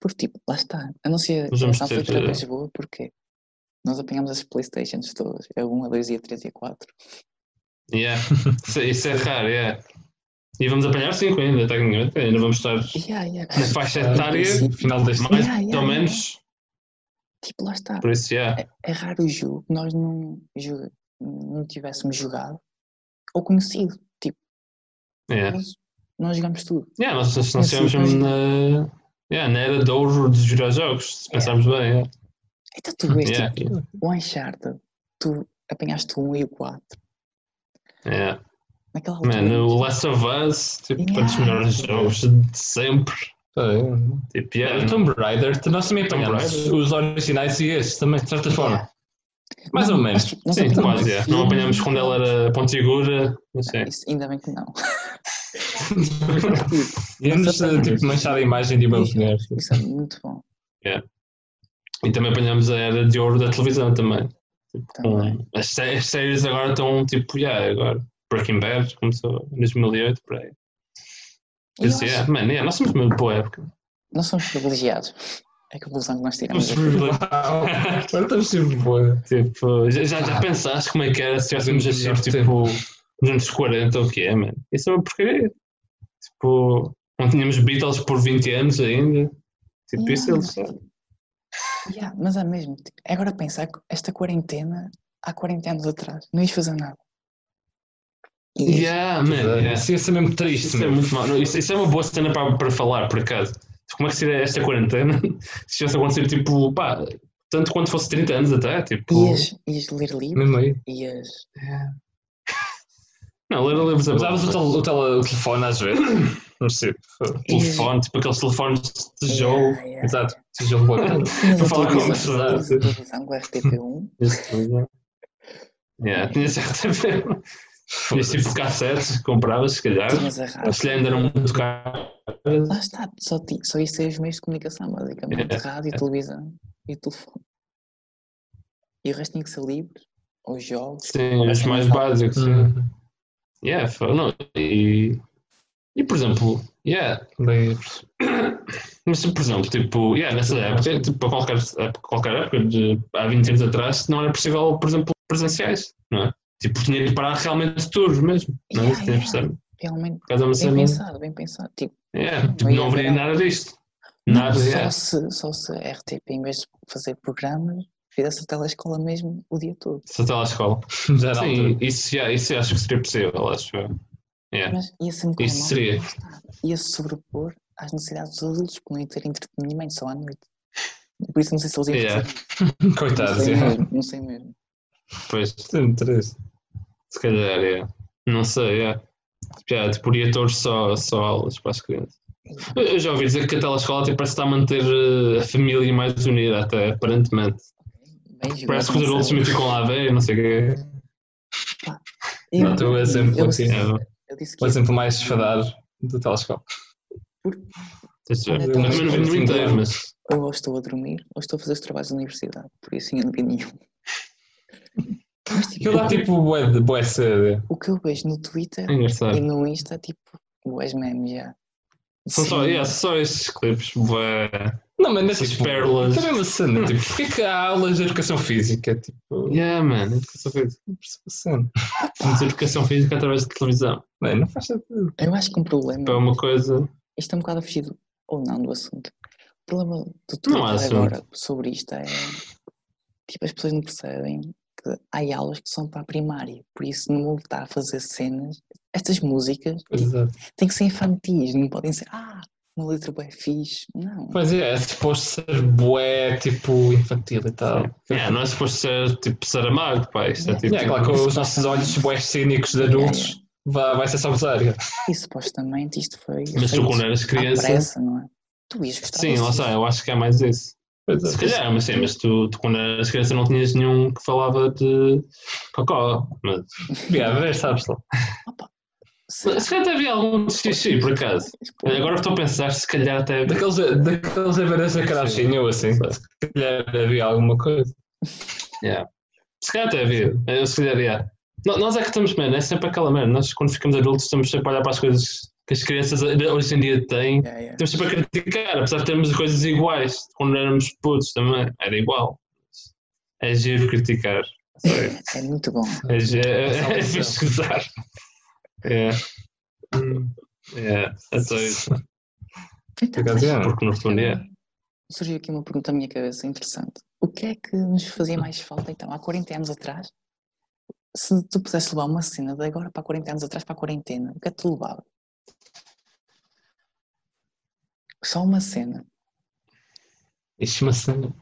Speaker 2: Porque, tipo, lá está. A não ser
Speaker 1: Nós vamos
Speaker 2: a foi
Speaker 1: ter,
Speaker 2: para
Speaker 1: eh,
Speaker 2: Lisboa, porque nós apanhamos as Playstations todas, a 1, a 2 e a 3 e a 4.
Speaker 1: Yeah. Isso, isso é raro, yeah. E vamos apanhar 5 ainda, tecnicamente. Ainda vamos estar na
Speaker 2: Yeah, yeah.
Speaker 1: faixa etária,
Speaker 3: Final deste
Speaker 1: mais
Speaker 2: Ah, Yeah, yeah,
Speaker 1: ou
Speaker 2: yeah.
Speaker 1: menos.
Speaker 2: Tipo, lá está.
Speaker 1: Por isso, yeah.
Speaker 2: É raro o jogo que nós não, joga- não tivéssemos jogado ou conhecido.
Speaker 1: Yeah,
Speaker 2: Nós, nós jogamos tudo.
Speaker 1: yeah nós nós
Speaker 2: É
Speaker 1: nascemos
Speaker 2: super.
Speaker 1: mesmo na, yeah, na era de ouro de jogar jogos, se pensarmos bem. Yeah.
Speaker 2: Então tu vês,
Speaker 1: Yeah.
Speaker 2: tipo, o Uncharted, tu apanhaste o 1 e o 4.
Speaker 1: Yeah.
Speaker 2: Naquela altura.
Speaker 1: Man, o Last of Us, tipo,
Speaker 2: Yeah.
Speaker 1: um dos melhores jogos de sempre.
Speaker 3: É,
Speaker 1: Tipo, yeah,
Speaker 3: o
Speaker 1: não-
Speaker 3: Tomb Raider, t- nós também
Speaker 1: Tomb
Speaker 3: apanhamos
Speaker 1: Raider.
Speaker 3: os originais e estes também, de certa forma. Mais
Speaker 2: Não,
Speaker 3: ou menos.
Speaker 2: mas, tipo, nós
Speaker 3: Sim,
Speaker 2: apanhamos
Speaker 1: quase, yeah. Não
Speaker 2: filmes
Speaker 1: apanhámos quando ela era pontigura, não sei.
Speaker 2: Isso, ainda bem que não.
Speaker 3: Íamos, eh, tipo, manchar a imagem de uma mulher.
Speaker 2: Isso é muito bom.
Speaker 1: E também apanhámos a era de ouro da televisão também. Tipo, com-
Speaker 2: Também.
Speaker 1: as, sé- as séries agora estão tipo, yeah, agora Breaking Bad começou em 2008, por aí. Por
Speaker 2: E
Speaker 1: isso,
Speaker 2: nós,
Speaker 1: yeah, man, yeah, nós somos uma boa época.
Speaker 2: nós somos privilegiados. É a conclusão que nós tiramos.
Speaker 1: Somos privilegiados.
Speaker 3: Uau, Agora estamos sempre boa.
Speaker 1: Tipo, já, já, já pensaste como é que era se tivéssemos
Speaker 3: Melhor
Speaker 1: nascido tipo, nos anos 40 ou o que é, mano? Isso é uma porcaria. Tipo, não tínhamos Beatles por 20 anos ainda. Tipo, isso eles
Speaker 2: Yeah, mas é mesmo. tipo, é agora pensar que esta quarentena, há 40 anos atrás, não ias fazer nada. Ias.
Speaker 1: Yeah, man, yeah.
Speaker 3: Isso é ia ser mesmo triste,
Speaker 1: é. Isso é
Speaker 3: mano.
Speaker 1: muito mau. Não, Isso, isso é uma boa cena para, para falar, por acaso. Como é que seria esta quarentena? Se tivesse acontecido, tipo, pá, tanto quanto fosse 30 anos até, tipo.
Speaker 2: Ias, ias ler livros,
Speaker 3: Mesmo aí.
Speaker 2: ias.
Speaker 1: Não, ler livros é bom.
Speaker 3: Usavas o, tel- o tele- o telefone às vezes. Não sei.
Speaker 1: telefone, tipo aqueles telefones de tijolo.
Speaker 2: Yeah, yeah.
Speaker 3: Exato. Tijolo botão.
Speaker 2: Tinhas
Speaker 1: Para
Speaker 2: a
Speaker 1: falar com a
Speaker 2: televisão,
Speaker 1: sociedade.
Speaker 2: tinhas a televisão com o RTP1.
Speaker 1: isso tudo. Yeah, tinhas RTP. Tinhas tipo cassete, compravas, se calhar.
Speaker 2: Tinhas a rádio.
Speaker 1: Se calhar ainda eram muito caras.
Speaker 2: Lá está, só, ti, só isso é os meios de comunicação, basicamente. Rádio,
Speaker 1: É.
Speaker 2: televisão e telefone. E o resto tinha que ser livros, ou jogos.
Speaker 1: Sim, os mais básicos. sim.
Speaker 3: Hum,
Speaker 1: Yeah, foi- não, e, e por exemplo, yeah,
Speaker 3: bem,
Speaker 1: Mas, por exemplo, tipo, yeah, nessa época, tipo, para qualquer época, qualquer época de, há 20 anos atrás, não era possível, por exemplo, presenciais, não é? Tipo, tinha de parar realmente todos mesmo, não é?
Speaker 2: Yeah,
Speaker 1: Isso tinha de
Speaker 2: yeah.
Speaker 1: perceber.
Speaker 2: Realmente,
Speaker 1: Por causa de uma
Speaker 2: bem
Speaker 1: cena-
Speaker 2: pensado, bem pensado. Tipo,
Speaker 1: yeah, tipo,
Speaker 2: Não ia
Speaker 1: não haveria
Speaker 2: haver.
Speaker 1: nada disto. Nada, é.
Speaker 2: só,
Speaker 1: yeah.
Speaker 2: se, só se a RTP, em vez de fazer programas, fizesse a telescola mesmo o dia todo.
Speaker 1: Só até à escola.
Speaker 3: Já era
Speaker 1: Sim, isso, yeah, isso eu acho que seria possível, acho eu. Yeah.
Speaker 2: Mas ia ser um
Speaker 1: É. Isso
Speaker 2: telemóvel,
Speaker 1: seria.
Speaker 2: lá está, Ia se sobrepor às necessidades dos adultos, porque não ia ter entretenimento só à noite. Por isso não sei se eles iam
Speaker 1: Yeah, tá
Speaker 2: fazer.
Speaker 3: altura.
Speaker 2: Não
Speaker 3: Coitados.
Speaker 2: sei
Speaker 3: é.
Speaker 2: mesmo, não sei mesmo.
Speaker 1: Pois,
Speaker 3: Sim, é triste.
Speaker 1: se calhar, yeah. Não sei, yeah. Yeah, tipo, ia todos só, só aulas para as crianças. Eu- Eu já ouvi dizer que a telescola tipo, parece que está a manter eh, a família mais unida, até aparentemente.
Speaker 2: Bem,
Speaker 1: Parece que
Speaker 2: jogado,
Speaker 1: os adultos
Speaker 2: sabe?
Speaker 1: também ficam lá a ver, não sei o quê.
Speaker 2: Eu-
Speaker 3: Não, tu és sempre
Speaker 2: eu-
Speaker 3: o que-
Speaker 1: É,
Speaker 2: Eu disse que
Speaker 3: O
Speaker 2: ia-
Speaker 3: exemplo mais fadado do telescópio.
Speaker 1: tens de ver.
Speaker 2: Olha,
Speaker 1: Eu
Speaker 2: então,
Speaker 1: também não vi no
Speaker 3: sim,
Speaker 1: inteiro,
Speaker 3: claro.
Speaker 1: mas.
Speaker 2: ou eu estou a dormir ou estou a fazer os trabalhos da universidade, por isso ainda não vi nenhum. Mas, tipo,
Speaker 3: Aquilo dá tipo bué de né? bué cedo.
Speaker 2: o que eu vejo no Twitter
Speaker 1: É
Speaker 2: e
Speaker 1: engraçado.
Speaker 2: no Insta é tipo, o memes já.
Speaker 1: São só,
Speaker 2: Sim,
Speaker 1: yeah, só esses clipes, bué.
Speaker 3: Não, mas nessas
Speaker 1: Essas pérolas.
Speaker 3: Também uma cena, tipo, porquê que há aulas de educação física? Tipo,
Speaker 1: Yeah, é mano. Educação física.
Speaker 3: não percebo a cena.
Speaker 1: Mas educação física através de televisão.
Speaker 3: Bem, não faz sentido.
Speaker 2: Eu acho que um problema,
Speaker 1: É uma coisa.
Speaker 2: isto é um bocado fugido ou não do assunto. O problema do Twitter
Speaker 1: Não há assunto.
Speaker 2: agora sobre isto é tipo, as pessoas não percebem que há aulas que são para a primária, por isso não vou estar a fazer cenas, estas músicas
Speaker 3: Exato.
Speaker 2: têm que ser infantis, não podem ser, ah, uma letra bem fixe, não.
Speaker 3: Pois é, é suposto ser bué, tipo, infantil e tal.
Speaker 1: Yeah, não é suposto ser tipo Saramago, pá. Isto é
Speaker 2: Yeah.
Speaker 1: tipo. É,
Speaker 3: É, claro que os nossos olhos bué cínicos de adultos vai, vai ser só usar.
Speaker 2: E supostamente isto foi.
Speaker 1: Mas tu
Speaker 2: feito
Speaker 1: quando eras
Speaker 2: à
Speaker 1: criança.
Speaker 2: pressa, não é? Tu ias gostar
Speaker 1: Sim, lá
Speaker 2: disso.
Speaker 1: está, eu acho que é mais isso.
Speaker 3: Pois
Speaker 1: Se
Speaker 3: é.
Speaker 1: calhar, mas sim, mas tu, tu quando eras criança não tinhas nenhum que falava de cocó. Mas,
Speaker 3: Obrigado, mas sabes lá.
Speaker 2: Será?
Speaker 1: mas se calhar havia algum de xixi, por acaso. Agora estou a pensar, se calhar até havia.
Speaker 3: Daqueles, daqueles a ver essa carochinha ou assim, se calhar havia alguma coisa.
Speaker 1: Se calhar até havia. Eu, se calhar, yeah. No- Nós é que estamos, mano, é sempre aquela merda. Nós, quando ficamos adultos, estamos sempre a olhar para as coisas que as crianças hoje em dia têm.
Speaker 2: Yeah, yeah.
Speaker 1: Temos sempre a criticar, apesar de termos coisas iguais. Quando éramos putos também, era igual. É giro criticar. Sorry.
Speaker 2: É muito bom.
Speaker 1: É, gi- é,
Speaker 3: Essa
Speaker 1: é, é
Speaker 3: lição.
Speaker 1: pesquisar. É. Hum, É, é só isso.
Speaker 2: Então,
Speaker 3: Por acaso, é.
Speaker 1: Porque no fundo é.
Speaker 2: surgiu aqui uma pergunta na minha cabeça interessante. O que é que nos fazia mais falta então, há 40 anos atrás? Se tu pudesses levar uma cena de agora para 40 anos atrás para a quarentena, o que é que tu levava? Só uma cena.
Speaker 3: Ixi, uma cena.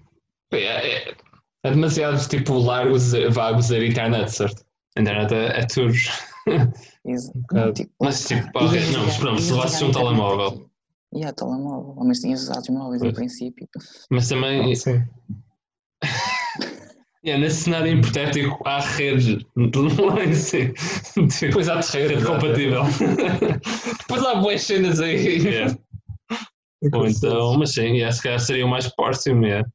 Speaker 3: É, é, é demasiado tipo largos, vagos da internet, certo?
Speaker 1: A internet é, é tudo.
Speaker 2: Exa-
Speaker 3: Um bocado.
Speaker 2: tipo,
Speaker 1: Mas tipo, pá,
Speaker 2: ias
Speaker 1: ok,
Speaker 2: ligar-
Speaker 1: não, mas pronto,
Speaker 2: ias
Speaker 1: se levasses
Speaker 2: ligar
Speaker 1: um
Speaker 2: a internet
Speaker 1: telemóvel.
Speaker 2: aqui. E yeah, telemóvel, ao menos tinhas usado os móveis no
Speaker 1: Pois.
Speaker 2: princípio.
Speaker 1: Mas também,
Speaker 3: Sim.
Speaker 1: é, nesse cenário hipotético, há rede lá em si. Tipo,
Speaker 3: Depois há terreiro.
Speaker 1: rede compatível.
Speaker 3: Depois há boas cenas aí.
Speaker 1: É. Ou então, mas sim, yeah, se calhar seria o mais próximo. yeah.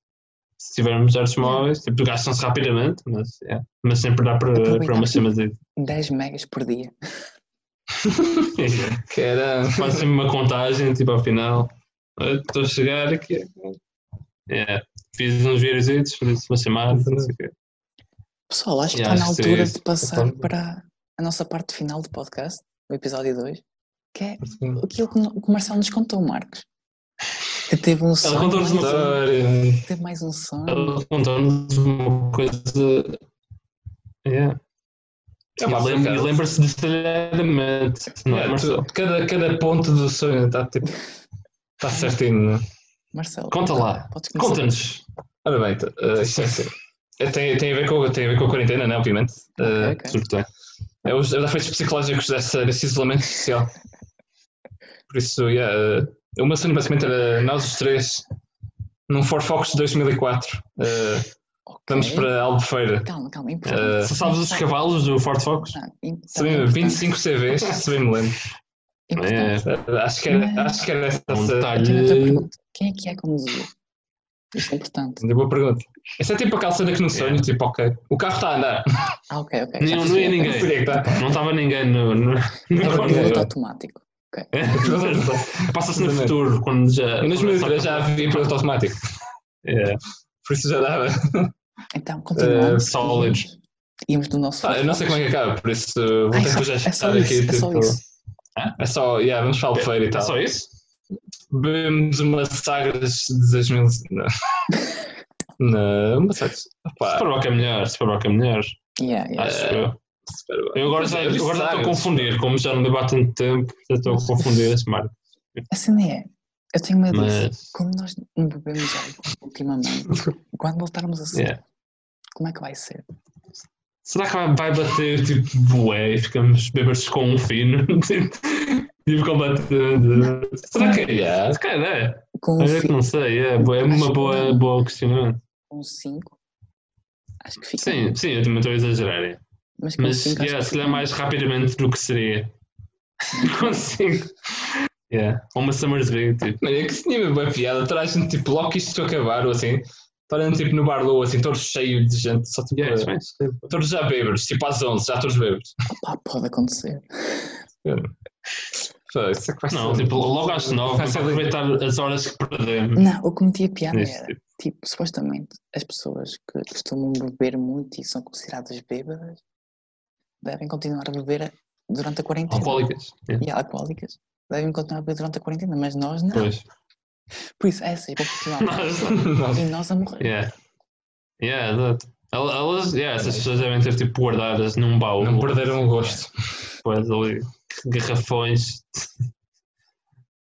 Speaker 1: Se tivermos artes móveis, tipo, gastam-se rapidamente, mas, yeah. mas sempre dá para, para
Speaker 3: então.
Speaker 1: uma chama de.
Speaker 2: 10 megas por dia.
Speaker 3: Que era.
Speaker 1: Faz sempre uma contagem, tipo, ao final. "Ah, Estou a chegar aqui. Yeah. Fiz uns vídeos, por isso uma chamada, não sei o quê.
Speaker 2: Pessoal, acho que
Speaker 1: Yeah,
Speaker 2: está na
Speaker 1: acho que é
Speaker 2: altura
Speaker 1: seria
Speaker 2: de passar
Speaker 3: Então-
Speaker 2: para a nossa parte final do podcast, o episódio 2, que é aquilo que no- o Marcelo nos contou, Marcos. Que teve um sonho.
Speaker 1: contou-nos
Speaker 2: mais
Speaker 1: uma
Speaker 2: um-
Speaker 3: História.
Speaker 2: Teve mais um sonho.
Speaker 1: Ela contou-nos uma coisa. Yeah.
Speaker 3: É
Speaker 1: E
Speaker 3: pá, por
Speaker 1: lembra-
Speaker 3: acaso.
Speaker 1: e lembra-se detalhadamente, não é,
Speaker 3: É,
Speaker 1: Marcelo?
Speaker 3: tu- cada, cada ponto do sonho está tipo. Está certinho, não é?
Speaker 2: Marcelo.
Speaker 1: Conta lá.
Speaker 2: Podes começar.
Speaker 1: Conta-nos.
Speaker 3: Ora bem, t- eh, isto é assim. Eh, Tem, tem, a ver com, tem a ver com a quarentena, né? Obviamente.
Speaker 2: Ok,
Speaker 3: Eh,
Speaker 2: ok.
Speaker 1: Tudo bem.
Speaker 3: É os, é os efeitos psicológicos dessa, desse isolamento social. Por isso, yeah, eh, o meu sonho basicamente era nós os três, num Ford Focus de 2004. eh, vamos
Speaker 2: Ok.
Speaker 3: para Albufeira.
Speaker 2: Calma, calma, importante.
Speaker 3: Eh,
Speaker 1: Só Sabes os cavalos do Ford Focus?
Speaker 2: Não, im- também
Speaker 3: Sabia,
Speaker 2: importante,
Speaker 3: 25 CVs, se bem me lembro.
Speaker 1: É,
Speaker 2: importante.
Speaker 3: Eh, Acho que era, acho que era essa.
Speaker 1: é um
Speaker 3: essa-
Speaker 2: Eu tenho outra
Speaker 1: detalhe.
Speaker 2: pergunta. Quem é que é que conduzia? Isto é importante.
Speaker 3: Boa pergunta. Essa é tipo aquela cena que no sonho, tipo, ok, o carro está a andar.
Speaker 2: Ah, ok, ok. já
Speaker 1: Não, não
Speaker 2: percebi.
Speaker 1: ia ninguém.
Speaker 3: Onde é que está?
Speaker 1: Não estava ninguém no. no,
Speaker 2: Era
Speaker 1: no
Speaker 3: Não, não,
Speaker 2: piloto
Speaker 3: não.
Speaker 2: automático.
Speaker 1: Passa-se no futuro, quando já.
Speaker 3: Em 2003 já havia piloto automático,
Speaker 1: É.
Speaker 3: por isso já dava.
Speaker 2: Então, continuamos.
Speaker 1: Eh, solid.
Speaker 2: Íamos- Íamos do nosso.
Speaker 3: Ah, eu não sei como é que acaba, por isso uh, vou
Speaker 2: Ah, é
Speaker 3: ter
Speaker 2: só-
Speaker 3: que já
Speaker 2: é só
Speaker 3: estar aqui.
Speaker 2: isso, é só
Speaker 3: tipo,
Speaker 2: isso.
Speaker 3: é só, yeah, vamos falar de feira e
Speaker 1: É
Speaker 3: tal.
Speaker 1: só isso?
Speaker 3: Bebemos uma Sagres de 2000. Não. não, uma Sagres. Opá,
Speaker 1: Superboc é melhor, Superboc é melhor.
Speaker 2: Yeah, yeah.
Speaker 1: Acho
Speaker 3: É.
Speaker 1: eu.
Speaker 3: espera lá.
Speaker 1: Eu agora já,
Speaker 3: Eu disse
Speaker 1: agora já estou a
Speaker 3: Sagres.
Speaker 1: confundir, como já não deu há tanto tempo, já estou a confundir as marcas.
Speaker 2: A cena é, eu tenho medo disso.
Speaker 1: Mas.
Speaker 2: Como nós não bebemos álcool ultimamente, quando voltarmos a ser,
Speaker 1: Yeah.
Speaker 2: como é que vai ser?
Speaker 1: Será que vai- vai bater tipo bué e ficamos bêbados com um fino? Tipo, tipo completamente. Será que é?
Speaker 3: Yeah.
Speaker 1: Se calhar é.
Speaker 2: Com um
Speaker 1: Olha que
Speaker 2: fi-
Speaker 1: não sei, é, é uma boa, boa questionamento.
Speaker 2: com um 5, acho que fica.
Speaker 1: Sim, sim, eu também estou a exagerar. é.
Speaker 2: mas com um
Speaker 1: Mas
Speaker 2: cinco, acho
Speaker 1: yeah,
Speaker 2: que
Speaker 1: se calhar
Speaker 2: fica.
Speaker 1: mais rapidamente do que seria. Consigo. Yeah. Ou uma Summersville, tipo.
Speaker 3: Mano, é que se tinha mesmo uma piada, toda a gente, tipo, logo que isto acabar, ou assim, parando tipo no bar ou assim, todos cheios de gente, só tipo,
Speaker 1: Yeah,
Speaker 3: eh,
Speaker 1: isso bem.
Speaker 3: todos já bêbados, tipo às 11, já todos bêbados.
Speaker 2: Opa, pode acontecer.
Speaker 3: Pá, isso é que vai
Speaker 1: Não,
Speaker 3: ser-
Speaker 1: tipo, logo às nove,
Speaker 3: vai
Speaker 1: para
Speaker 3: ser
Speaker 1: aproveitar as horas que perdemos.
Speaker 2: Não, o que me tinha piada
Speaker 1: Neste
Speaker 2: era,
Speaker 1: tipo.
Speaker 2: tipo, supostamente, as pessoas que costumam beber muito e são consideradas bêbadas devem continuar a beber durante a quarentena.
Speaker 1: Alcoólicas. Yeah.
Speaker 2: E alcoólicas devem continuar a beber durante a quarentena, mas nós não.
Speaker 1: Pois.
Speaker 2: Por isso, essas vão continuar.
Speaker 1: Nós.
Speaker 3: Não,
Speaker 2: e nós a morrer.
Speaker 1: Yeah. Yeah, exato. El- Elas, yeah, essas pessoas devem ter tipo guardadas num baú.
Speaker 3: não perderam o gosto.
Speaker 1: Depois ali, garrafões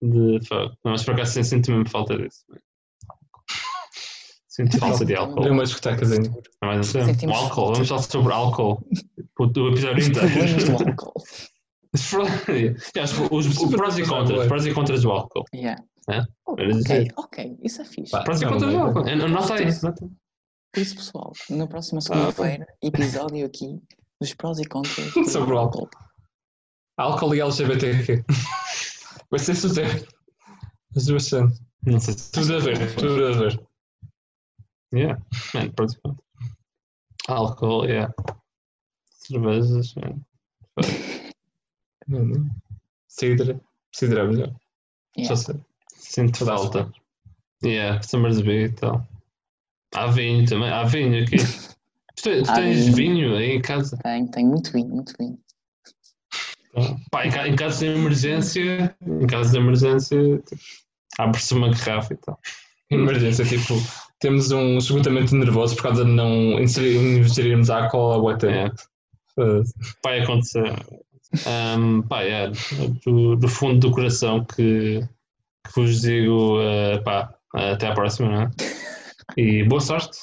Speaker 1: de. Fuck. Não, mas por acaso sim, sinto mesmo falta disso. Sinto falta de álcool.
Speaker 3: Deu uma discotecazinha.
Speaker 1: Não, mas não sei.
Speaker 2: Sentimos
Speaker 1: O álcool, vamos falar sobre álcool. O o episódio
Speaker 2: Os problemas do
Speaker 1: inteiro.
Speaker 2: álcool.
Speaker 1: Os pró- Yeah, os- os- os prós e contras, prós e contras do álcool.
Speaker 2: Yeah. Oh,
Speaker 1: Era
Speaker 2: ok,
Speaker 1: dizer.
Speaker 2: ok, isso é fixe.
Speaker 3: Pá.
Speaker 1: Pronto,
Speaker 3: Não,
Speaker 1: enquanto
Speaker 3: não, é
Speaker 1: não, não, não sei isso. não-
Speaker 2: Por isso, pessoal, na próxima segunda-feira, episódio aqui dos prós e contras do
Speaker 3: Sobre o álcool. Álcool e LGBTQ. Vai ser super. As duas são.
Speaker 1: Não sei se
Speaker 3: Tudo a ver, tudo a ver.
Speaker 1: Yeah, man, pronto. pronto. Álcool, yeah. Cervejas, man.
Speaker 3: Mano, Uhum. Cidra. Cidra é melhor.
Speaker 2: Yeah.
Speaker 3: Já sei.
Speaker 1: Sinto
Speaker 3: Toda alta.
Speaker 1: falta. Yeah, Summersby e tal. então. Há vinho também, há vinho aqui. Tu tens, tu
Speaker 2: Há
Speaker 1: tens
Speaker 2: vinho.
Speaker 1: vinho aí em casa?
Speaker 2: Tem, tem muito vinho, muito vinho.
Speaker 1: Pá, em, ca- em caso de emergência, em caso de emergência, tipo, abre-se uma garrafa e tal.
Speaker 3: Emergência, tipo, temos um esgotamento nervoso por causa de não inserir- ingerirmos álcool ou whatever.
Speaker 1: Yeah. É, vai acontecer. Ahm, pá, é, do, do fundo do coração que, que vos digo eh, pá, até à próxima, não é? E boa sorte.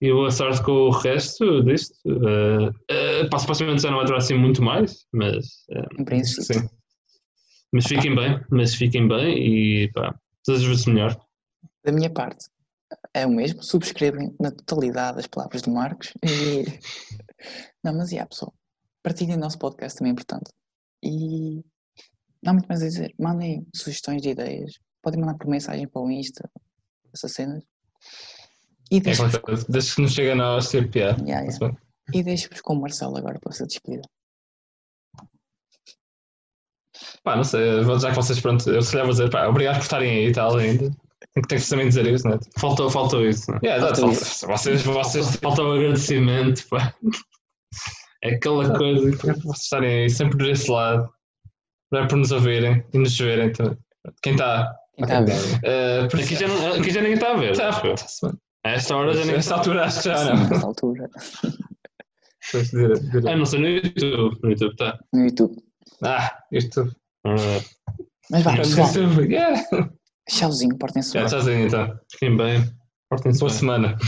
Speaker 1: E boa sorte com o resto disto. Eh, eh, pá, supostamente já não vai durar assim muito mais, mas, eh,
Speaker 2: Em princípio.
Speaker 1: sim. mas fiquem bem, mas fiquem bem e pá, desejo-vos o melhor.
Speaker 2: Da minha parte, é o mesmo. Subscrevem na totalidade as palavras do Marcos. E... Não, mas e yeah, pessoal. Partilhem o nosso podcast também, portanto. E não há muito mais a dizer. Mandem sugestões de ideias. Podem mandar por mensagem para o Insta, essas cenas. E
Speaker 3: É,
Speaker 2: deixo-
Speaker 3: acontece. Desde que nos chega a nós, tipo, yeah.
Speaker 2: Yeah, yeah. e deixo-vos com o Marcelo agora para ser despedida.
Speaker 3: Pá, não sei, vou- já que vocês, pronto, eu se calhar vou dizer, pá, obrigado por estarem aí e tal ainda. Tem que, tem que também dizer isso, não é?
Speaker 1: Faltou, faltou isso. Não é?
Speaker 3: Yeah, exato,
Speaker 2: Faltou
Speaker 3: vocês, vocês, vocês,
Speaker 1: Falta o agradecimento. Pá. É aquela coisa que
Speaker 3: vocês estarem aí sempre desse lado, obrigado por nos ouvirem e nos verem também. Quem está.
Speaker 2: Quem tá está a ver?
Speaker 3: Uh, por
Speaker 1: Aqui
Speaker 3: isso,
Speaker 1: já, não- aqui já ninguém está a ver.
Speaker 3: Tá,
Speaker 1: acho eu.
Speaker 3: tá-se bem.
Speaker 1: A esta hora já ninguém está
Speaker 3: Nesta
Speaker 1: a
Speaker 3: altura acho que já
Speaker 2: Sim,
Speaker 3: Ah, não.
Speaker 2: nesta altura.
Speaker 3: Pois, dire-
Speaker 1: ver. Ah,
Speaker 3: dire-
Speaker 1: não sei, no YouTube. No YouTube está.
Speaker 2: No YouTube.
Speaker 3: Ah, isto. é
Speaker 2: Mas vá, Tá, pessoal.
Speaker 3: Yeah.
Speaker 2: Tchauzinho, portem-se bem.
Speaker 3: Já, tchauzinho então.
Speaker 1: Fiquem bem. Portem-se
Speaker 3: Boa
Speaker 1: bem.
Speaker 3: semana.